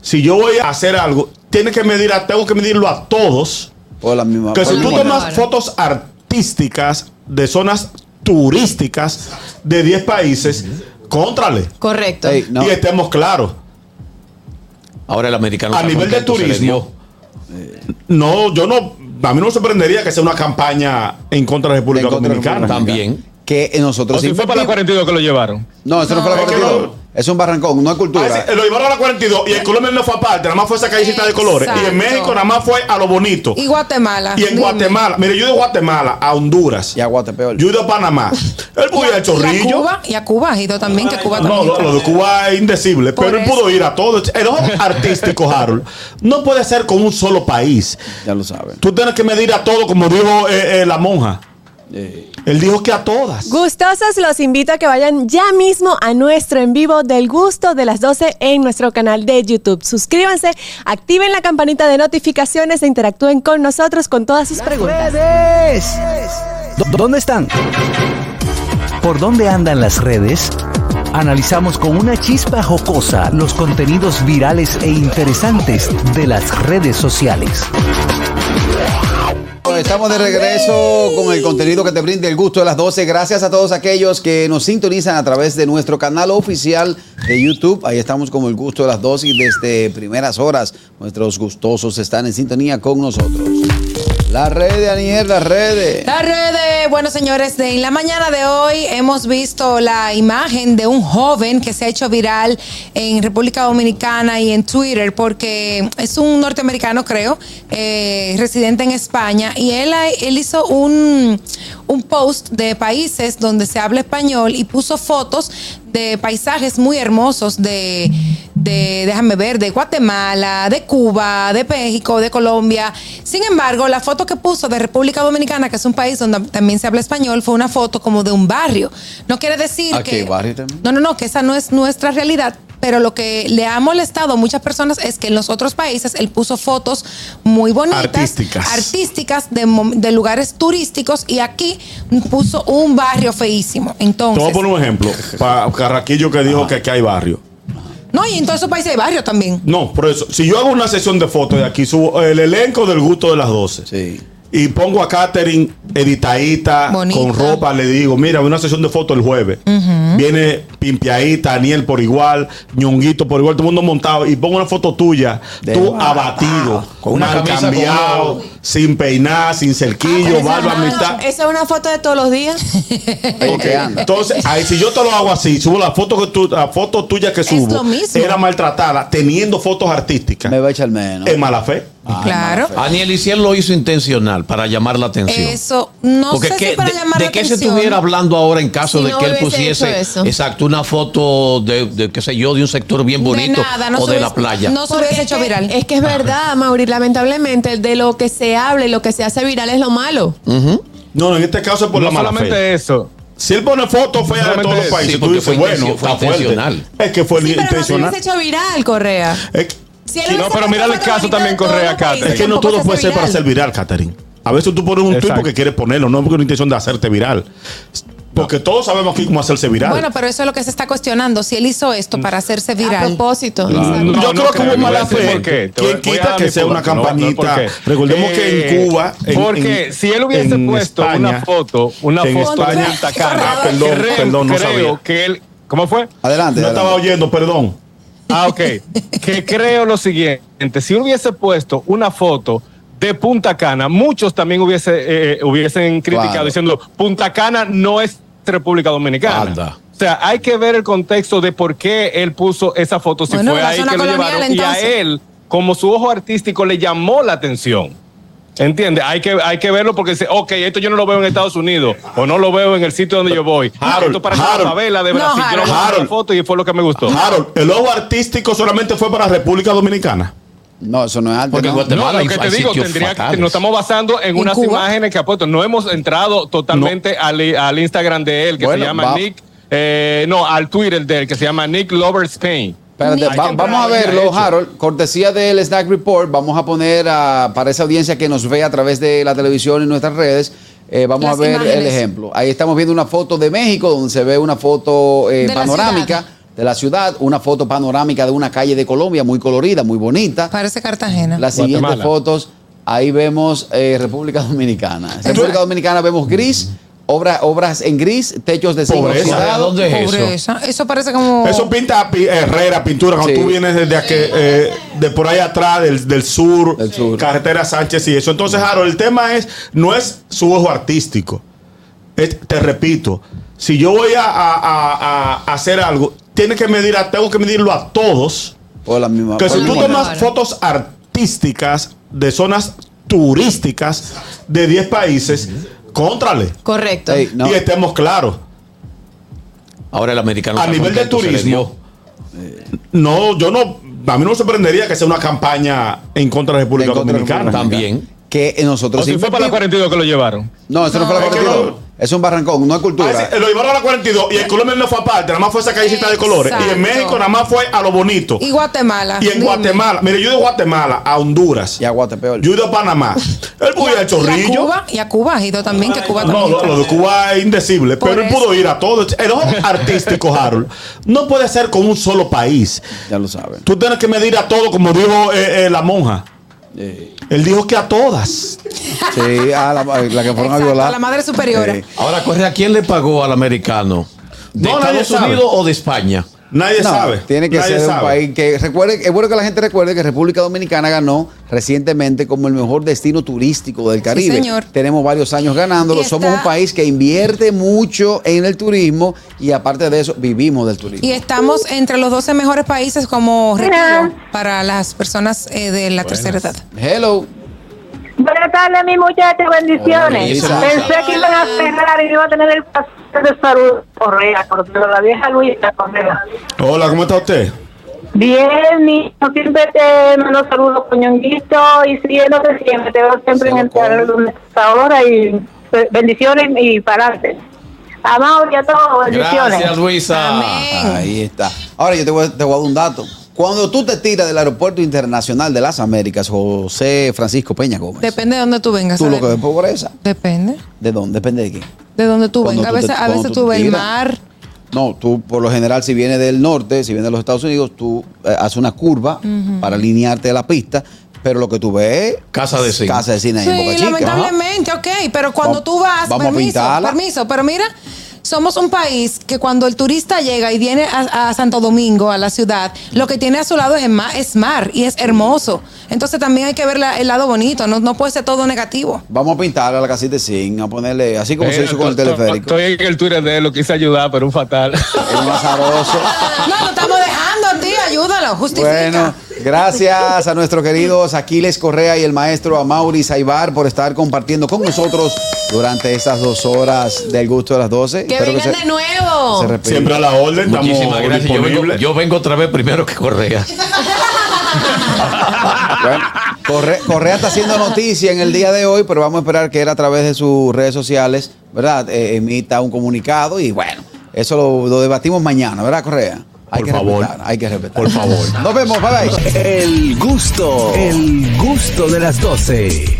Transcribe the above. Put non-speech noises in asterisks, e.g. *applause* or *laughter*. si yo voy a hacer algo, tiene que medir, a- tengo que medirlo a todos. Por la misma. Que por si el tú mismo- tomas Claro. fotos artísticas de zonas turísticas de 10 países, contrale. Correcto. Ey, no. Y estemos claros. Ahora el americano. a está nivel de contento, se le turismo, no, yo no, a mí no me sorprendería que sea una campaña en contra de la República En contra de la dio. Dominicana. También. Que nosotros. O si fue para la 42 que lo llevaron. No, eso no, fue la No. 42. Es un barrancón, no es cultura. Ah, sí, lo llevaron a la 42 y en Colombia no fue aparte, nada más fue esa callecita de colores. Y Exacto. en México nada más fue a lo bonito. Y Guatemala. Y en dime. Guatemala, mire, yo de Guatemala a Honduras, Y aguate peor. yo he ido a Panamá, él pudo ir al Y a Chorrillo. Cuba, y a Cuba has ido también, que Cuba No, también. lo, está. lo de Cuba es indecible, Por pero él eso. pudo ir a todo. El ojo artístico, Harold, no puede ser con un solo país. Ya lo saben. Tú tienes que medir a todo, como dijo eh, eh, la monja. Eh, Él dijo que a todas. Gustosos, los invito a que vayan ya mismo a nuestro en vivo del gusto de las 12 en nuestro canal de YouTube. Suscríbanse, activen la campanita de notificaciones e interactúen con nosotros con todas sus preguntas. redes. ¿Dó- ¿Dónde están? ¿Por dónde andan las redes? Analizamos con una chispa jocosa los contenidos virales e interesantes de las redes sociales. bueno, Estamos de regreso con el contenido que te brinde el gusto de las 12. Gracias a todos aquellos que nos sintonizan a través de nuestro canal oficial de YouTube. Ahí estamos como el gusto de las 12 y desde primeras horas nuestros gustosos están en sintonía con nosotros. La red de Aniel, la red. La red de, bueno señores, de- en la mañana de hoy hemos visto la imagen de un joven que se ha hecho viral en República Dominicana y en Twitter porque es un norteamericano creo, eh, residente en España y él, ha- él hizo un, un post de países donde se habla español y puso fotos de paisajes muy hermosos de, de, déjame ver, de Guatemala, de Cuba, de México, de Colombia. Sin embargo, la foto que puso de República Dominicana, que es un país donde también se habla español, fue una foto como de un barrio. No quiere decir Ah, que... ¿qué barrio también? No, no, no, que esa no es nuestra realidad. Pero lo que le ha molestado a muchas personas es que en los otros países él puso fotos muy bonitas. Artísticas. Artísticas de, mom- de lugares turísticos y aquí puso un barrio feísimo. Te Entonces... voy a poner un ejemplo. Para Carraquillo que dijo que aquí hay barrio. No, y en todos esos países hay barrio también. No, por eso, si yo hago una sesión de fotos de aquí, subo el elenco del gusto de las 12. Sí. Y pongo a Katherine editadita, Bonita. con ropa, le digo, mira, una sesión de fotos el jueves. Viene pimpiadita, Daniel por igual, ñonguito por igual, todo el mundo montado. Y pongo una foto tuya, De- tú Ah, abatido, con una mal camisa, con cambiado, una- sin peinar, sin Ah, cerquillo, barba a mitad. Esa es una foto de todos los *laughs* días. Ahí que anda. Entonces, ahí, si yo te lo hago así, subo la foto, que tú, la foto tuya que subo, lo mismo. era maltratada, teniendo fotos artísticas, Me va a echar menos. es mala fe. Ah. claro. Aniel, y si él lo hizo intencional para llamar la atención. Eso, no Porque sé qué- si para de, llamar de la qué se atención. estuviera hablando ahora en caso Si de no que él hubiese pusiese hecho eso. exacto una foto de, de, qué sé yo de un sector bien bonito de nada, no o se de hubiese- la playa. No se Porque hubiese es hecho que- viral. Es que es verdad, Mauri. Lamentablemente, de lo que se habla y lo que se hace viral es lo malo. No, no, en este caso es por no la mala solamente fe. eso. Si él pone fotos feas de todos los Sí, países, tú porque dices, fue bueno, intencio- fue está fuerte. intencional. Es que fue Sí, pero no se intencional. hubiese hecho viral, Correa. Es que- Si él Sí, no, hubiese pero puesto mira el foto caso bonita también, de todos Correa, los países, Catherine. es que no tampoco todo se puede hace ser para viral. ser viral, Catherine. A veces tú pones un tweet Exacto. porque quieres ponerlo, no porque una intención de hacerte viral. Porque todos sabemos aquí cómo hacerse viral. Bueno, pero eso es lo que se está cuestionando. Si él hizo esto para hacerse A viral. propósito. No, yo creo que no creo, hubo te voy a mala decir por qué, fe. te voy- ¿Quién voy a quita dar que mi sea una punto, no, no, ¿por campanita? qué? Recordemos que Eh, en Cuba. en- porque en- si él hubiese en puesto una España- foto, una en foto de España- alta cara, Ah, perdón, creo- perdón, no creo sabía. que él, ¿cómo fue? Adelante. No estaba adelante. oyendo, perdón. Ah, ok. que creo lo siguiente, si hubiese puesto una foto de Punta Cana, muchos también hubiese, eh, hubiesen criticado Claro. diciendo, Punta Cana no es República Dominicana. Anda. O sea, hay que ver el contexto de por qué él puso esa foto si Bueno, fue la ahí zona que lo colonial, llevaron y a entonces. él, como su ojo artístico le llamó la atención. ¿Entiendes? Hay que, hay que verlo porque dice, ok, esto yo no lo veo en Estados Unidos o no lo veo en el sitio donde yo voy. Harold, esto parece Harold. una favela de No, Brasil. yo lo Harold. voy a hacer la Harold. foto y fue lo que me gustó. Harold, el ojo artístico solamente fue para República Dominicana. No, eso no es arte. Porque no. Guatemala- No, lo hay- que te hay digo, sitios tendría que, fatales. nos estamos basando en, ¿En unas Cuba? imágenes que apuesto. No hemos entrado totalmente al, al Instagram de él, que Bueno, se llama va- Nick, eh, no, al Twitter de él, que se llama Nick Lover Spain. Espérate, Hay que va- entrar vamos a ahí, ya verlo, hecho. Harold. Cortesía del Snack Report, vamos a poner a- para esa audiencia que nos ve a través de la televisión y nuestras redes, eh, vamos Las a ver el imágenes. ejemplo. Ahí estamos viendo una foto de México, donde se ve una foto eh, De la panorámica, ciudad. de la ciudad, una foto panorámica de una calle de Colombia muy colorida, muy bonita. Parece Cartagena. Las siguientes Guatemala. fotos, ahí vemos eh, República Dominicana. En República Dominicana vemos gris, obra- obras en gris, techos de zinc Pobreza. oxidado. ¿Dónde es eso? Pobreza. Eso parece como. Eso pinta pi- eh, Herrera, pintura. Cuando Sí. tú vienes desde aquí, eh, de por ahí atrás, del, del sur, Del sur. carretera Sánchez y eso. Entonces, Harold, el tema es, no es su ojo artístico. Es- te repito, si yo voy a, a- a- a hacer algo, tiene que medir, a- tengo que medirlo a todos. Por la misma- Que por si el tú mismo- tomas Claro. fotos artísticas de zonas turísticas de 10 países, contrale. Correcto. Ey, no. Y estemos claros. Ahora el americano. A está nivel de contento, se le turismo, dio. No, yo no. A mí no me sorprendería que sea una campaña en contra de República En contra de Dominicana. República También. que nosotros O si fue para la invertimos. 42 que lo llevaron. No, eso no, fue la Es que 42. no- Es un barrancón, no es cultura. Ah, sí, lo llevaron a la 42 y en Colombia no fue aparte, nada más fue esa callecita de colores. Y en Exacto. México nada más fue a lo bonito. Y Guatemala. Y en dime. Guatemala, mire, yo de Guatemala a Honduras, Y Aguatepeor. yo de Panamá, él pudo ir al Y a Chorrillo. Cuba, y a Cuba has ido también, que Cuba No, también. lo, está. lo de Cuba es indecible, Por pero él eso. pudo ir a todo. El *laughs* ojo artístico, Harold, no puede ser con un solo país. Ya *laughs* lo saben. Tú tienes que medir a todo, como dijo eh, eh, la monja. Eh, Él dijo que a todas. sí, a la, a la que fueron a Exacto, violar. a la madre superiora. Eh, Ahora corre, ¿a quién le pagó al americano? ¿De No, nadie Estados sabe. Unidos o de España? Nadie no, sabe. Tiene que Nadie ser un sabe. país que recuerde, es bueno que la gente recuerde que República Dominicana ganó recientemente como el mejor destino turístico del Caribe. señor. Tenemos varios años ganándolo. Y está- Somos un país que invierte mucho en el turismo y aparte de eso vivimos del Y turismo. estamos entre los 12 mejores países como retiro para las personas eh, de la tercera edad. Hello. Buenas tardes, mi muchacho, bendiciones. Hola, Luisa. Pensé que iban a cerrar y iba a tener el paseo de salud Correa, pero la vieja Luisa Correa. Hola, ¿cómo está usted? Bien, mi hijo, siempre te mando saludos, coñonguito, y siguiéndote siempre, te veo siempre en el canal donde estás ahora, y eh, bendiciones y para adelante. Amado y a todos, bendiciones. Gracias, Luisa. Amén. Ahí está. Ahora yo te voy, te voy a dar un dato. Cuando tú te tiras del Aeropuerto Internacional de las Américas, José Francisco Peña Gómez, Depende de dónde tú vengas. tú lo Adel. que ves pobreza. Depende. ¿De dónde? Depende de quién. De dónde tú Cuando vengas. A tú te- veces, a cuando veces tú tú ves el tiras. mar. No, tú por lo general si vienes del norte, si vienes de los Estados Unidos, tú eh, haces una curva para alinearte a la pista, pero lo que tú ves es Casa de cine. Casa de cine ahí en Boca Sí, Chica. lamentablemente, ok. Pero cuando Vam- tú vas, vamos a permiso, pintarla. permiso. Pero mira, somos un país que cuando el turista llega y viene a, a Santo Domingo, a la ciudad, lo que tiene a su lado es mar, es mar y es hermoso. Entonces también hay que ver la- el lado bonito. No, no puede ser *laughs* todo negativo. Vamos a pintarle a la casita de zinc, a ponerle así como se Eh, hizo con el to- to- teleférico. Estoy en el Twitter de él, lo quise ayudar, pero *laughs* un fatal. Es un azaroso. No, lo estamos dejando, tío. Ayúdalo. Justifica. Bueno, gracias a nuestros queridos Aquiles Correa y el maestro Amaury Saibar por estar compartiendo con nosotros durante estas dos horas del gusto de las 12. que Espero vengan se- de nuevo. se repita. Siempre a la orden, estamos Muchísimas gracias. Yo vengo, disponibles. yo vengo otra vez primero que Correa. Bueno, Corre- Correa está haciendo noticia en el día de hoy, pero vamos a esperar que él a través de sus redes sociales, ¿verdad? Eh, emita un comunicado y bueno, eso lo, lo debatimos mañana, ¿verdad, Correa? Hay Por que favor. respetar, hay que respetar. Por favor. Nos vemos, bye bye. El gusto, el gusto de las 12.